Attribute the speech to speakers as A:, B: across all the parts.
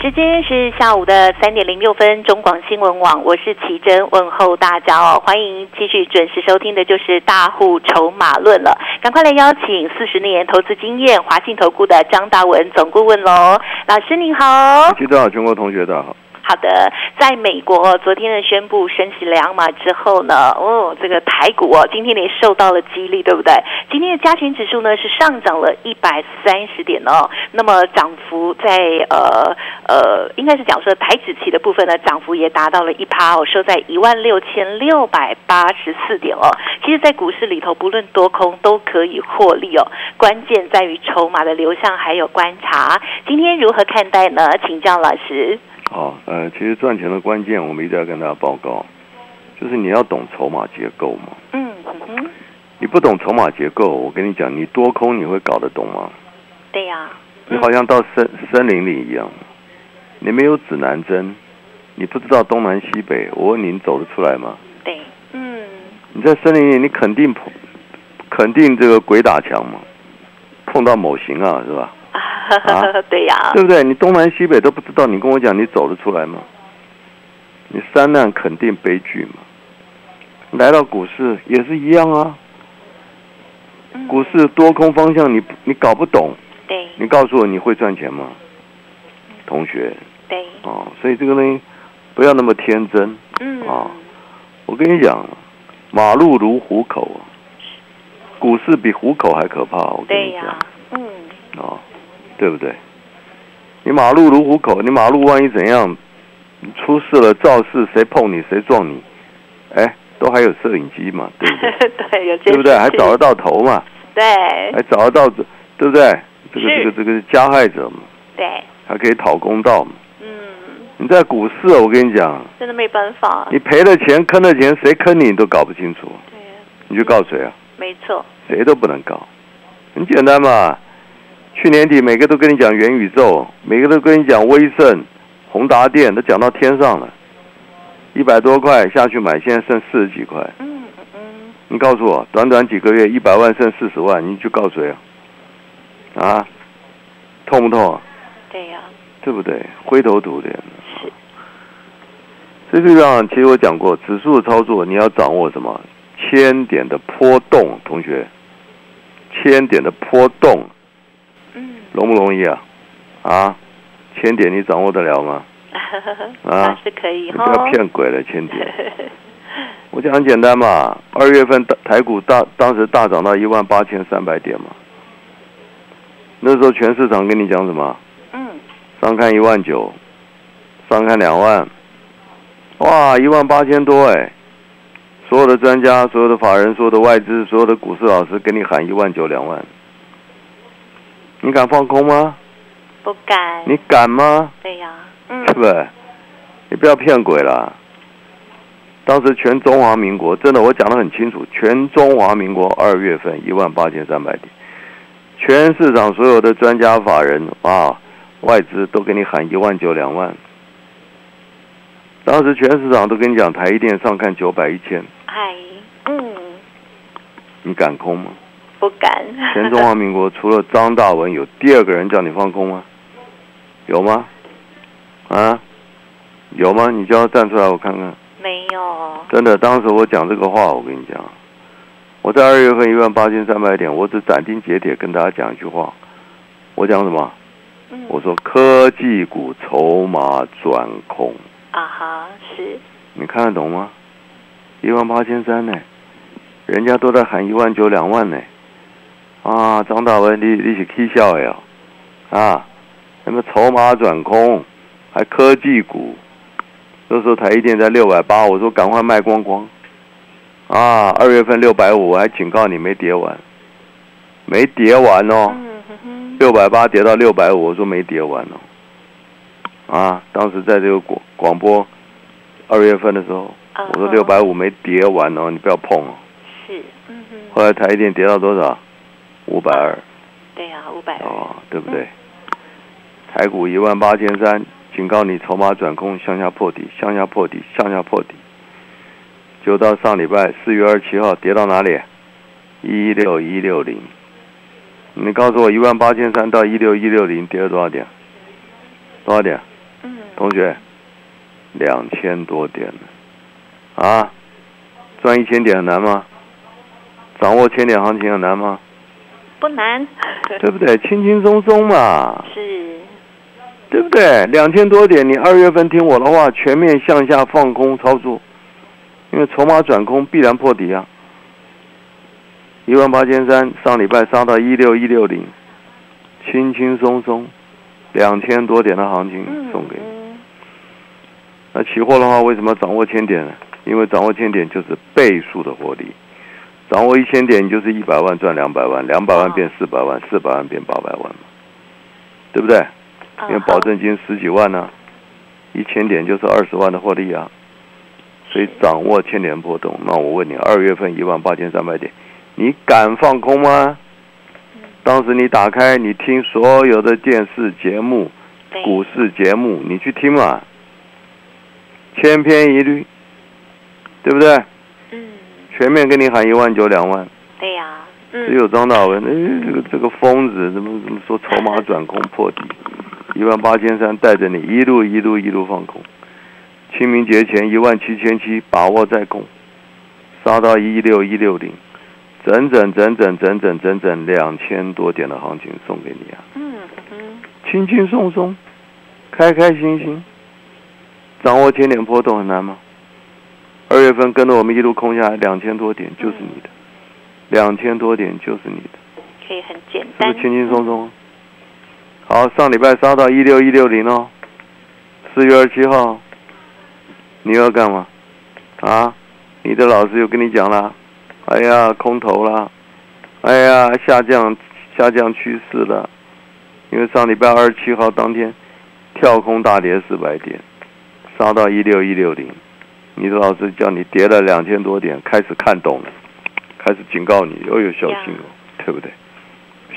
A: 时间是下午的三点零六分，中广新闻网，我是奇珍，问候大家哦，欢迎继续准时收听的就是《大户筹码论》了，赶快来邀请四十年投资经验华信投顾的张大文总顾问喽，老师你好。
B: 记得好，全国同学的好。
A: 好的，在美国哦昨天的宣布升息两码之后呢，哦，这个台股哦，今天也受到了激励，对不对？今天的加权指数呢是上涨了一百三十点哦，那么涨幅在呃呃，应该是讲说台指期的部分呢，涨幅也达到了一趴哦，收在一万六千六百八十四点哦。其实，在股市里头，不论多空都可以获利哦，关键在于筹码的流向还有观察。今天如何看待呢？请教老师。
B: 好，呃，其实赚钱的关键，我们一直要跟大家报告，就是你要懂筹码结构嘛。
A: 嗯嗯哼，
B: 你不懂筹码结构，我跟你讲，你多空你会搞得懂吗？
A: 对呀、
B: 你好像到森森林里一样，你没有指南针，你不知道东南西北。我问你，你走得出来吗？
A: 对，嗯，
B: 你在森林里，你肯定碰肯定这个鬼打墙嘛，碰到某型啊，是吧？啊
A: 嗯对呀、
B: 对不对？你东南西北都不知道，你跟我讲你走得出来吗？你三难肯定悲剧嘛。来到股市也是一样啊，
A: 嗯
B: 股市多空方向你你搞不懂，
A: 对
B: 你告诉我你会赚钱吗？同学
A: 对，
B: 哦，所以这个东西不要那么天真。
A: 嗯，
B: 哦我跟你讲，马路如虎口啊，股市比虎口还可怕。我跟
A: 对
B: 你
A: 呀、
B: 讲，
A: 嗯，
B: 哦，对不对？你马路如虎口，你马路万一怎样你出事了，肇事谁碰你谁撞你，哎，都还有摄影机嘛，对不对？
A: 对，有这
B: 对不对？
A: 事
B: 还找得到头嘛，
A: 对
B: 还找得到，对不对？这个
A: 哎是
B: 这个这个加害者嘛，
A: 对，
B: 还可以讨公道嘛。
A: 嗯，
B: 你在股市，啊我跟你讲，
A: 真的没办法，
B: 你赔了钱坑了钱，谁坑你你都搞不清楚，
A: 对，
B: 你就告谁啊？
A: 没错，
B: 谁都不能告，很简单嘛。去年底每个都跟你讲元宇宙，每个都跟你讲威盛、宏达电，都讲到天上了，一百多块下去买，现在剩四十几块。
A: 嗯嗯嗯，
B: 你告诉我，短短几个月一百万剩四十万，你去告谁啊？啊，痛不痛啊？
A: 对呀、
B: 对不对？灰头土脸。
A: 是，
B: 所以这个上，其实我讲过，指数的操作你要掌握什么？千点的波动，同学，千点的波动，
A: 嗯，
B: 容不容易啊？啊，千点你掌握得了吗？
A: 那是可以
B: 啊你不
A: 哈，
B: 要骗鬼了，千点。我讲很简单嘛，二月份大台股大当时大涨到一万八千三百点嘛，那时候全市场跟你讲什么？
A: 嗯，
B: 上看一万九，上看两万，哇，一万八千多哎！所有的专家、所有的法人、所有的外资、所有的股市老师给你喊一万九、两万，你敢放空吗？
A: 不敢，
B: 你敢吗？
A: 对呀、嗯
B: 是，不是？你不要骗鬼了。当时全中华民国真的，我讲得很清楚，全中华民国二月份一万八千三百点，全市场所有的专家法人啊，外资都给你喊一万九两万。当时全市场都跟你讲台一电上看九百一千，
A: 嗨，嗯，
B: 你敢空吗？
A: 不敢，
B: 全中华民国除了张大文，有第二个人叫你放空吗？有吗？啊，有吗？你叫他站出来，我看看。
A: 没有，
B: 真的，当时我讲这个话，我跟你讲，我在二月份一万八千三百点，我只斩钉截铁跟大家讲一句话，我讲什么？
A: 嗯，
B: 我说科技股筹码转空，
A: 啊哈，是，
B: 你看得懂吗？一万八千三呢，人家都在喊一万九两万呢，啊，张大文，你你是 K 笑呀？啊，什么筹码转空，还科技股，那时候台积电在六百八，我说赶快卖光光，啊，二月份六百五，我还警告你没跌完，没跌完哦。
A: 嗯哼哼，
B: 六百八跌到六百五，我说没跌完哦。啊，当时在这个广广播二月份的时候，我说六百五没跌完哦，你不要碰哦。
A: 是，是，嗯哼，
B: 后来台一电跌到多少？五百二
A: 对呀、啊，五百
B: 哦，对不对？台股一万八千三，警告你筹码转空，向下破底，向下破底，向下破底。就到上礼拜四月二十七号跌到哪里？一六一六零。你告诉我，一万八千三到一六一六零跌了多少点？多少点？
A: 嗯，
B: 同学，两千多点了啊！赚一千点很难吗？掌握千点行情很难吗？
A: 不难，
B: 对不对？轻轻松松嘛，
A: 是，
B: 对不对？两千多点，你二月份听我的话，全面向下放空操作，因为筹码转空必然破底啊。一万八千三，上礼拜杀到一六一六零，轻轻松松，两千多点的行情
A: 嗯，
B: 送给你。
A: 嗯
B: 那期货的话，为什么要掌握千点呢？因为掌握千点就是倍数的获利，掌握一千点你就是一百万赚两百万，两百万变四百万，四百万变八百万嘛，对不对？
A: 啊
B: 因为保证金十几万呢、一千点就是二十万的获利啊，所以掌握千点波动。那我问你，二月份一万八千三百点，你敢放空吗？当时你打开，你听所有的电视节目、
A: 对
B: 股市节目，你去听嘛，千篇一律，对不对？
A: 嗯，
B: 全面跟你喊一万九、两万，
A: 对呀、嗯，
B: 只有张大文，哎，这个这个疯子怎么怎么说筹码转空破底，一万八千三带着你一路一路一路放空，清明节前一万七千七把握再空，杀到一六一六零，整整整整整整整整两千多点的行情送给你啊，
A: 嗯嗯，
B: 轻轻松松，开开心心，掌握千点波动很难吗？二月份跟着我们一路空下来两千多点就是你的，两千多点就是你的。
A: 可以很简
B: 是
A: 单，
B: 不是轻轻松松？好，上礼拜杀到一六一六零哦，四月二十七号，你又要干嘛？啊，你的老师又跟你讲啦，哎呀，空头啦，哎呀，下降下降趋势了，因为上礼拜二十七号当天跳空大跌四百点，杀到一六一六零，你的老师叫你跌了两千多点，开始看懂了，开始警告你，哦呦，小心哦，对不对？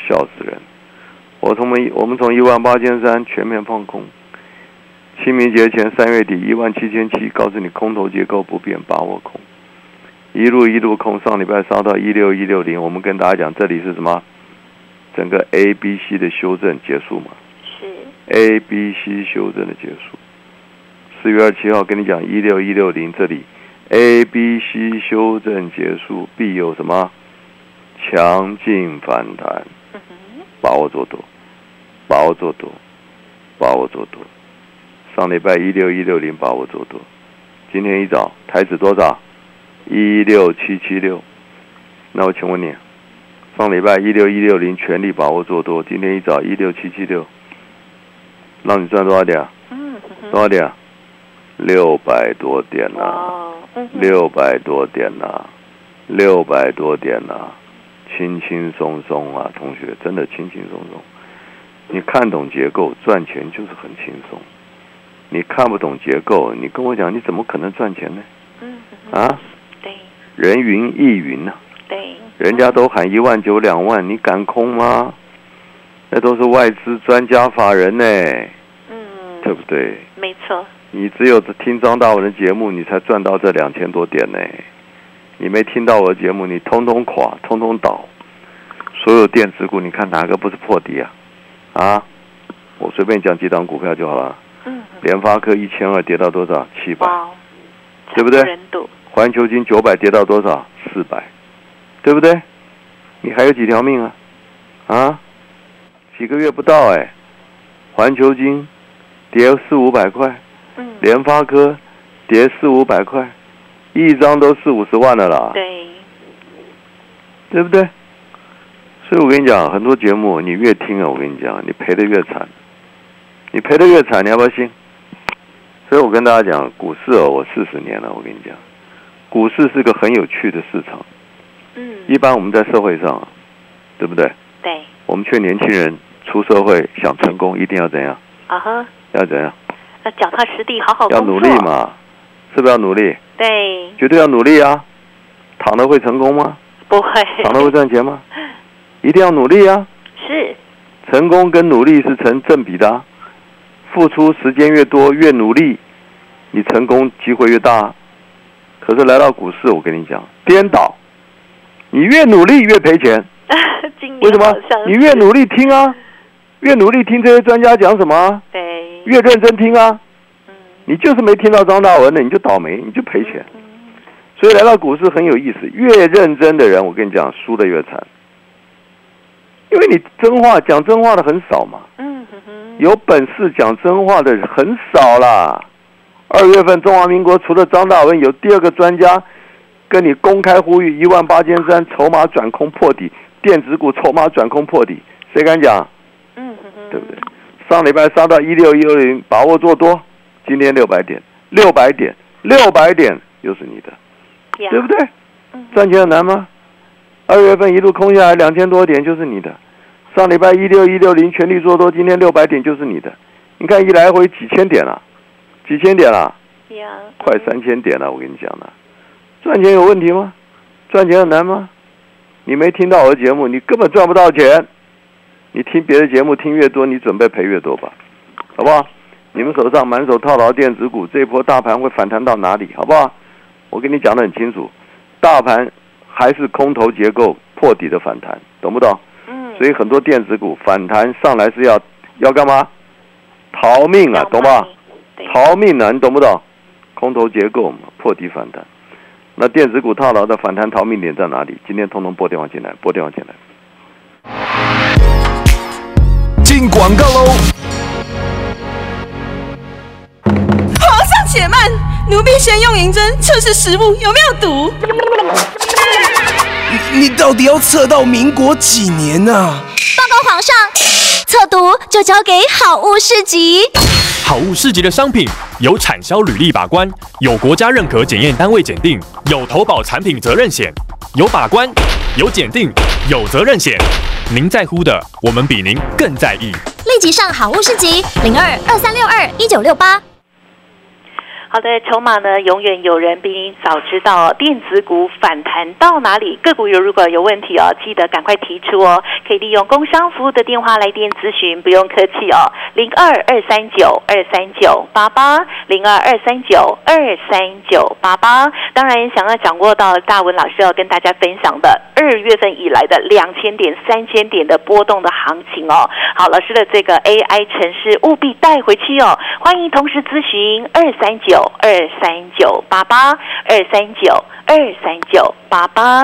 B: 笑死人！我从们我们从一万八千三全面放空，清明节前三月底一万七千七，告诉你空头结构不变，把握空，一路一路空，上礼拜杀到一六一六零，我们跟大家讲这里是什么？整个 A、B、C 的修正结束嘛
A: 是，
B: ？A、B、C 修正的结束。四月二七号跟你讲一六一六零这里 A、B、C 修正结束，必有什么强劲反弹。
A: 嗯哼，
B: 把握做多，把握做多，把握做多。上礼拜一六一六零把握做多，今天一早台指多少？一六七七六。那我请问你，上礼拜一六一六零全力把握做多，今天一早一六七七六，让你赚多少点啊？
A: 嗯哼哼，
B: 多少点啊？六百多点呐、
A: 哇哦，嗯哼，
B: 六百多点呐、六百多点呐、轻轻松松啊，同学，真的轻轻松松。你看懂结构，赚钱就是很轻松。你看不懂结构，你跟我讲，你怎么可能赚钱呢？
A: 嗯哼，
B: 啊，
A: 对
B: 人云亦云呐、
A: 对，
B: 人家都喊一万九两万，你敢空吗？那都是外资专家法人呢，
A: 嗯，
B: 对不对？
A: 没错，
B: 你只有听张大文的节目，你才赚到这两千多点呢。你没听到我的节目，你通通垮，通通倒。所有电子股，你看哪个不是破底啊？啊，我随便讲几档股票就好了。
A: 嗯，
B: 联发科一千二跌到多少？七百
A: 哇。哦，
B: 对不对
A: 惨不忍睹，
B: 环球金九百跌到多少？四百，对不对？你还有几条命啊？啊，几个月不到哎，环球金跌四五百块，
A: 嗯，
B: 联发科跌四五百块，一张都四五十万的啦，
A: 对，
B: 对不对？所以我跟你讲，很多节目你越听啊，我跟你讲，你赔的越惨，你赔的越惨，你要不要信？所以我跟大家讲，股市哦，我四十年了，我跟你讲，股市是个很有趣的市场。
A: 嗯，
B: 一般我们在社会上，啊对不对？
A: 对，
B: 我们劝年轻人出社会想成功，一定要怎样？
A: 啊哈，
B: 要怎样？
A: 那脚踏实地，好好
B: 要
A: 哦工
B: 努
A: 作啊
B: 力，嘛，是不是要努力？
A: 对，
B: 绝对要努力啊！躺着会成功吗？
A: 不会，
B: 躺着会赚钱吗？一定要努力啊！
A: 是
B: 成功跟努力是成正比的啊、付出时间越多，越努力，你成功机会越大啊。可是来到股市，我跟你讲，颠倒，你越努力越赔钱。
A: 今年
B: 为什么
A: 好像？
B: 你越
A: 是
B: 努力听啊，越努力听这些专家讲什么啊，
A: 对，
B: 越认真听啊。
A: 嗯
B: 你就是没听到张大文的，你就倒霉，你就赔钱。
A: 嗯
B: 所以来到股市很有意思，越认真的人，我跟你讲，输的越惨，因为你真话讲真话的很少嘛，
A: 嗯哼哼
B: 有本事讲真话的很少啦。二月份中华民国除了张大文，有第二个专家跟你公开呼吁一万八千三筹码转空破底，电子股筹码转空破底，谁敢讲？
A: 嗯哼哼
B: 对不对？上礼拜杀到一六一六零，把握做多，今天六百点，六百点，六百点又是你的，
A: 呀
B: 对不对？
A: 嗯哼
B: 赚钱很难吗？二月份一路空下来两千多点就是你的，上礼拜一六一六零全力做多，今天六百点就是你的，你看一来回几千点了、几千点了、
A: 呀，
B: 快
A: 嗯
B: 三千点了，我跟你讲了，赚钱有问题吗？赚钱很难吗？你没听到我的节目，你根本赚不到钱。你听别的节目听越多，你准备赔越多吧，好不好？你们手上满手套牢电子股，这一波大盘会反弹到哪里，好不好？我跟你讲的很清楚，大盘还是空头结构破底的反弹，懂不懂？
A: 嗯，
B: 所以很多电子股反弹上来是要要干嘛？逃命啊
A: 要，
B: 懂吧？
A: 卖？对，
B: 逃命啊，你懂不懂？空头结构嘛，破底反弹。那电子股套牢的反弹逃命点在哪里？今天通通拨电话进来，拨电话进来。
C: 进广告喽。
D: 皇上且慢，奴婢先用银针测试食物有没有毒。
C: 你到底要测到民国几年啊？
E: 报告皇上，测毒就交给好物市集。
F: 好物市集的商品有产销履历把关，有国家认可检验单位检定，有投保产品责任险，有把关，有检定，有责任险。您在乎的，我们比您更在意。
E: 立即上好物市集零二二三六二一九六八。
A: 好的，筹码呢，永远有人比你早知道哦。电子股反弹到哪里，个股有如果有问题哦，记得赶快提出哦。可以利用工商服务的电话来电咨询，不用客气哦。零二二三九二三九八八，零二二三九二三九八八。当然，想要掌握到大文老师要跟大家分享的二月份以来的两千点、三千点的波动的行情哦。好，老师的这个 AI 城市务必带回去哦。欢迎同时咨询二三九二三九八八二三九二三九八八。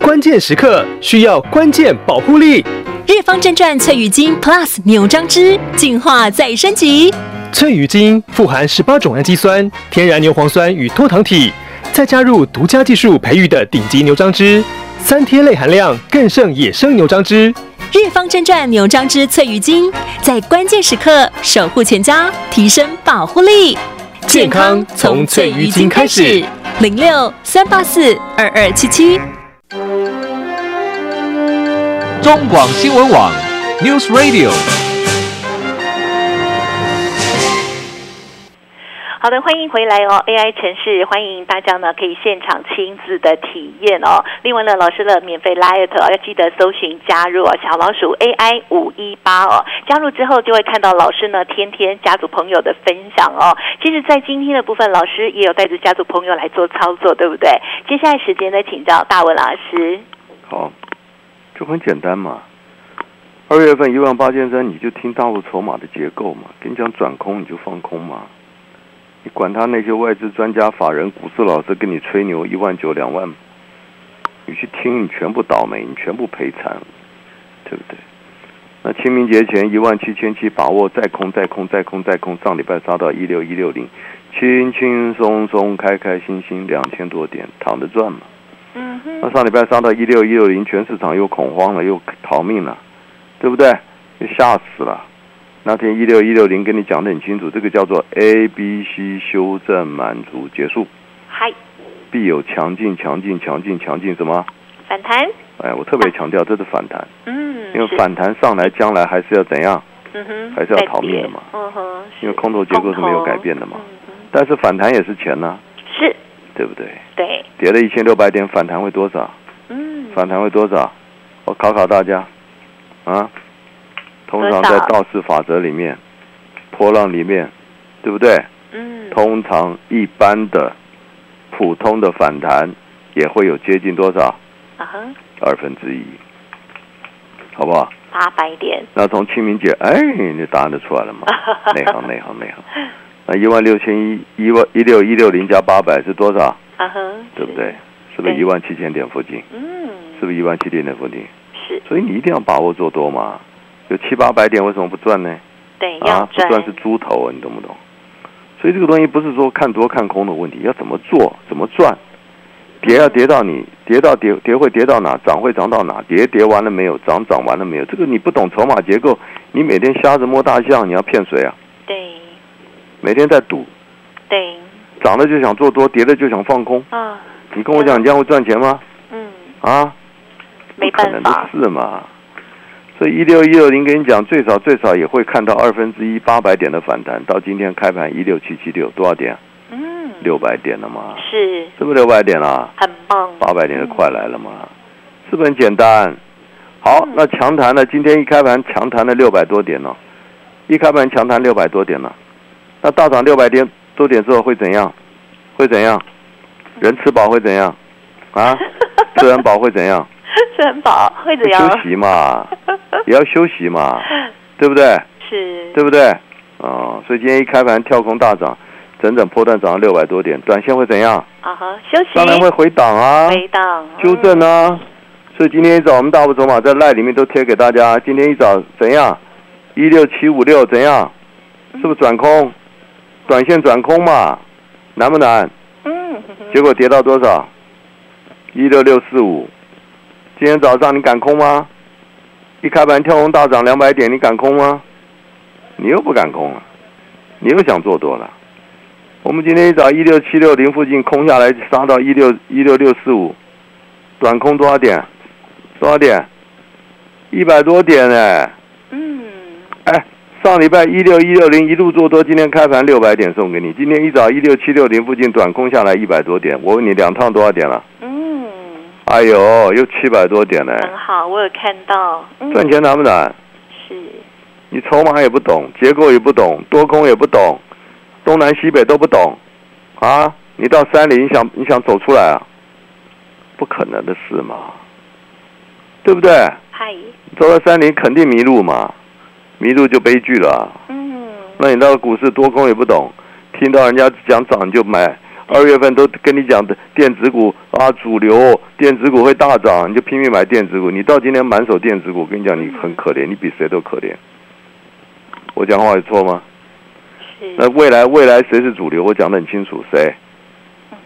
G: 关键时刻需要关键保护力，
H: 日方正传翠羽精 Plus 牛樟汁进化再升级，
G: 翠鱼精富含十八种氨基酸、天然牛磺酸与脱糖体，再加入独家技术培育的顶级牛樟汁，三萜类含量更胜野生牛樟汁。
H: 日方正传牛樟汁翠羽精在关键时刻守护全家，提升保护力。
G: 健康从翠羽精开始，
H: 零六三八四二二七七。
C: 中广新闻网，News Radio。
A: 好的，欢迎回来哦，AI 城市，欢迎大家呢可以现场亲自的体验哦。另外呢，老师的免费 Lite 哦要记得搜寻加入哦，小老鼠 AI 五一八哦，加入之后就会看到老师呢天天家族朋友的分享哦。其实，在今天的部分，老师也有带着家族朋友来做操作，对不对？接下来时间呢，请教大文老师。
B: 好，这很简单嘛。二月份一万八千三，你就听大陆筹码的结构嘛，跟你讲转空你就放空嘛，你管他那些外资专家、法人、股市老师跟你吹牛一万九、两万，你去听，你全部倒霉，你全部赔惨，对不对？那清明节前一万七千七，把握再空、再空、再空、再空，上礼拜杀到一六一六零，轻轻松松、开开心心两千多点，躺着赚嘛。
A: 嗯哼
B: 那上礼拜杀到一六一六零，全市场又恐慌了，又逃命了，对不对？又吓死了。那天一六一六零跟你讲的很清楚，这个叫做 A B C 修正满足结束，
A: 嗨，
B: 必有强劲、强劲、强劲、强劲什么？
A: 反弹，
B: 哎，我特别强调这是反弹，
A: 嗯，
B: 因为
A: 是，
B: 反弹上来将来还是要怎样？
A: 嗯哼，
B: 还是要
A: 再
B: 逃命的
A: 跌
B: 嘛，
A: 嗯哼，
B: 因为空头结构是没有改变的嘛。但是反弹也是钱呐、
A: 是，
B: 对不对？
A: 对，
B: 跌了一千六百点，反弹会多少？
A: 嗯，
B: 反弹会多少？我考考大家，啊，通常
A: 多
B: 在
A: 少
B: 道氏法则里面，波浪里面，对不对？
A: 嗯，
B: 通常一般的、普通的反弹也会有接近多少？
A: 啊哈，
B: 二分之一，好不好？
A: 八百 点，
B: 那从清明节，哎，你答案就出来 了嘛？内行内行内行，那一万六千一一万一六一六零加八百是多少？
A: 啊哈，
B: 对不对？是不是
A: 对
B: 一万七千点附近？
A: 嗯，
B: 是不是一万七千点附近？
A: 是，
B: 所以你一定要把握做多嘛。有七八百点为什么不赚呢？
A: 对，要
B: 啊，不
A: 赚，
B: 赚是猪头啊，你懂不懂？所以这个东西不是说看多看空的问题，要怎么做，怎么赚，跌要跌到你跌到跌跌会跌到哪，涨会涨到哪，跌跌完了没有，涨涨完了没有？这个你不懂筹码结构，你每天瞎子摸大象，你要骗谁啊？
A: 对
B: 每天在赌，
A: 对
B: 涨了就想做多，跌了就想放空，
A: 啊，
B: 你跟我讲你这样会赚钱吗？
A: 嗯，
B: 啊？
A: 没
B: 可能
A: 办
B: 的
A: 法，
B: 事嘛。所以一六一六零跟你讲，最少最少也会看到二分之一八百点的反弹，到今天开盘一六七七六多少点？
A: 嗯，
B: 六百点了嘛，
A: 是
B: 是不是六百点了？
A: 很棒，
B: 八百点就快来了嘛，是不是很简单？好，
A: 嗯
B: 那强弹了，今天一开盘强弹了六百多点呢、一开盘强弹六百多点呢、那大涨六百点多点之后会怎样？会怎样？人吃饱会怎样？啊， 吃完饱会怎样？
A: 是 很饱，会怎样？
B: 休息嘛，也要休息嘛，对不对？
A: 是，
B: 对不对？啊、所以今天一开盘跳空大涨，整整破段涨了六百多点，短线会怎样？
A: 啊哈，休息，
B: 当然会回档啊，
A: 回嗯档，
B: 纠正啊。所以今天一早我们大部筹码在赖里面都贴给大家，今天一早怎样？一六七五六怎样？是不是转空？短线转空嘛，难不难？
A: 嗯，
B: 结果跌到多少？一六六四五。今天早上你敢空吗？一开盘跳空大涨两百点，你敢空吗？你又不敢空了，你又想做多了。我们今天一早一六七六零附近空下来，杀到一六一六六四五，短空多少点？多少点？一百多点哎！
A: 嗯，
B: 哎，上礼拜一六一六零一路做多，今天开盘六百点送给你。今天一早一六七六零附近短空下来一百多点，我问你两趟多少点了？
A: 嗯，
B: 哎呦，又七百多点呢，
A: 很好，我有看到，嗯，
B: 赚钱难不难？
A: 是，
B: 你筹码也不懂，结构也不懂，多空也不懂，东南西北都不懂，啊！你到山里，你想你想走出来啊？不可能的事嘛，对不对？
A: 嗨，
B: 走到山里肯定迷路嘛，迷路就悲剧了啊。
A: 嗯，
B: 那你到股市多空也不懂，听到人家讲涨你就买。二月份都跟你讲的电子股啊，主流电子股会大涨，你就拼命买电子股。你到今天满手电子股，我跟你讲，你很可怜，你比谁都可怜。我讲话有错吗？
A: 是，
B: 那未来未来谁是主流？我讲的很清楚，谁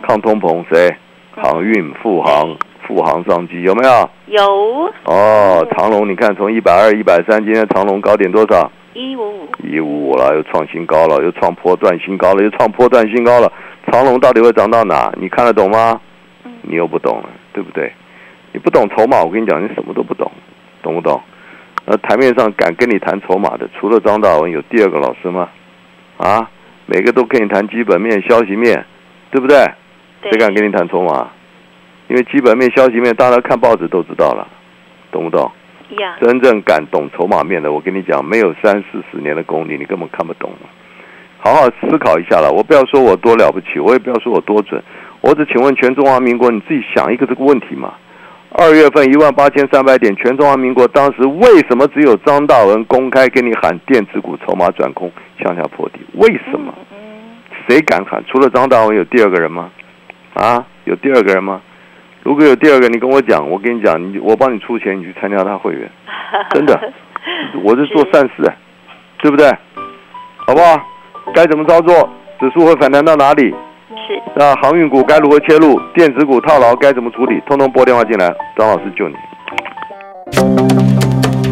B: 抗通膨，谁航运、富航、富航商机有没有？
A: 有
B: 哦，长隆，你看从一百二、一百三，今天长隆高点多少？
A: 一五五，
B: 一五五了，又创新高了，又创波段新高了，又创波段新高了。长隆到底会涨到哪？你看得懂吗？你又不懂了，对不对？你不懂筹码，我跟你讲，你什么都不懂，懂不懂？呃，台面上敢跟你谈筹码的，除了张大文，有第二个老师吗？啊，每个都跟你谈基本面、消息面，对不对？谁敢跟你谈筹码？因为基本面、消息面，大家看报纸都知道了，懂不懂？
A: 呀，
B: 真正敢懂筹码面的，我跟你讲，没有三四十年的功力，你根本看不懂。好好思考一下了。我不要说我多了不起，我也不要说我多准，我只请问全中华民国，你自己想一个这个问题嘛？二月份一万八千三百点，全中华民国当时为什么只有张大文公开跟你喊电子股筹码转空向下破底？为什么？谁敢喊？除了张大文，有第二个人吗？啊，有第二个人吗？如果有第二个，你跟我讲，我跟你讲，你我帮你出钱，你去参加他会员，真的，我是做善事，对不对？好不好？该怎么操作？指数会反弹到哪里？
A: 是。
B: 那航运股该如何切入？电子股套牢该怎么处理？通通拨电话进来，张老师救你。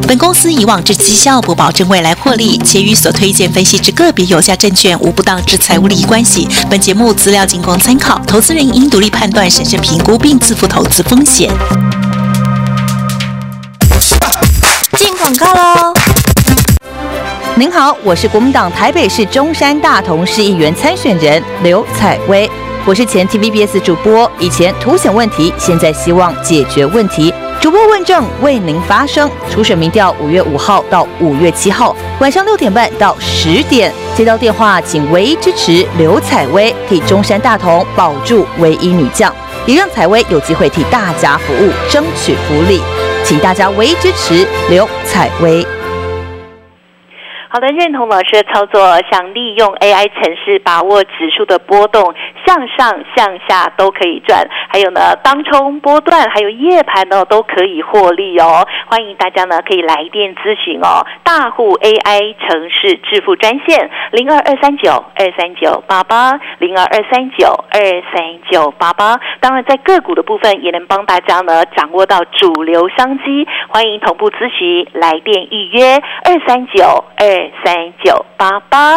I: 本公司以往之绩效不保证未来获利，且与所推荐分析之个别有价证券无不当之财务利益关系。本节目资料仅供参考，投资人应独立判断、审慎评估并自负投资风险。
J: 进广告喽。您好，我是国民党台北市中山大同市议员参选人刘彩薇，我是前 TVBS 主播，以前凸显问题，现在希望解决问题。主播问政为您发声，初选民调五月五号到五月七号晚上六点半到十点，接到电话请唯一支持刘彩薇，替中山大同保住唯一女将，也让彩薇有机会替大家服务，争取福利，请大家唯一支持刘彩薇。
A: 好的，认同老师的操作，想利用 AI 城市把握指数的波动，向上向下都可以赚。还有呢，当冲波段还有夜盘呢都可以获利哦。欢迎大家呢可以来电咨询哦，大户 AI 城市致富专线零二二三九二三九八八零二二三九二三九八八。当然，在个股的部分也能帮大家呢掌握到主流商机，欢迎同步咨询，来电预约二三九二三九八八。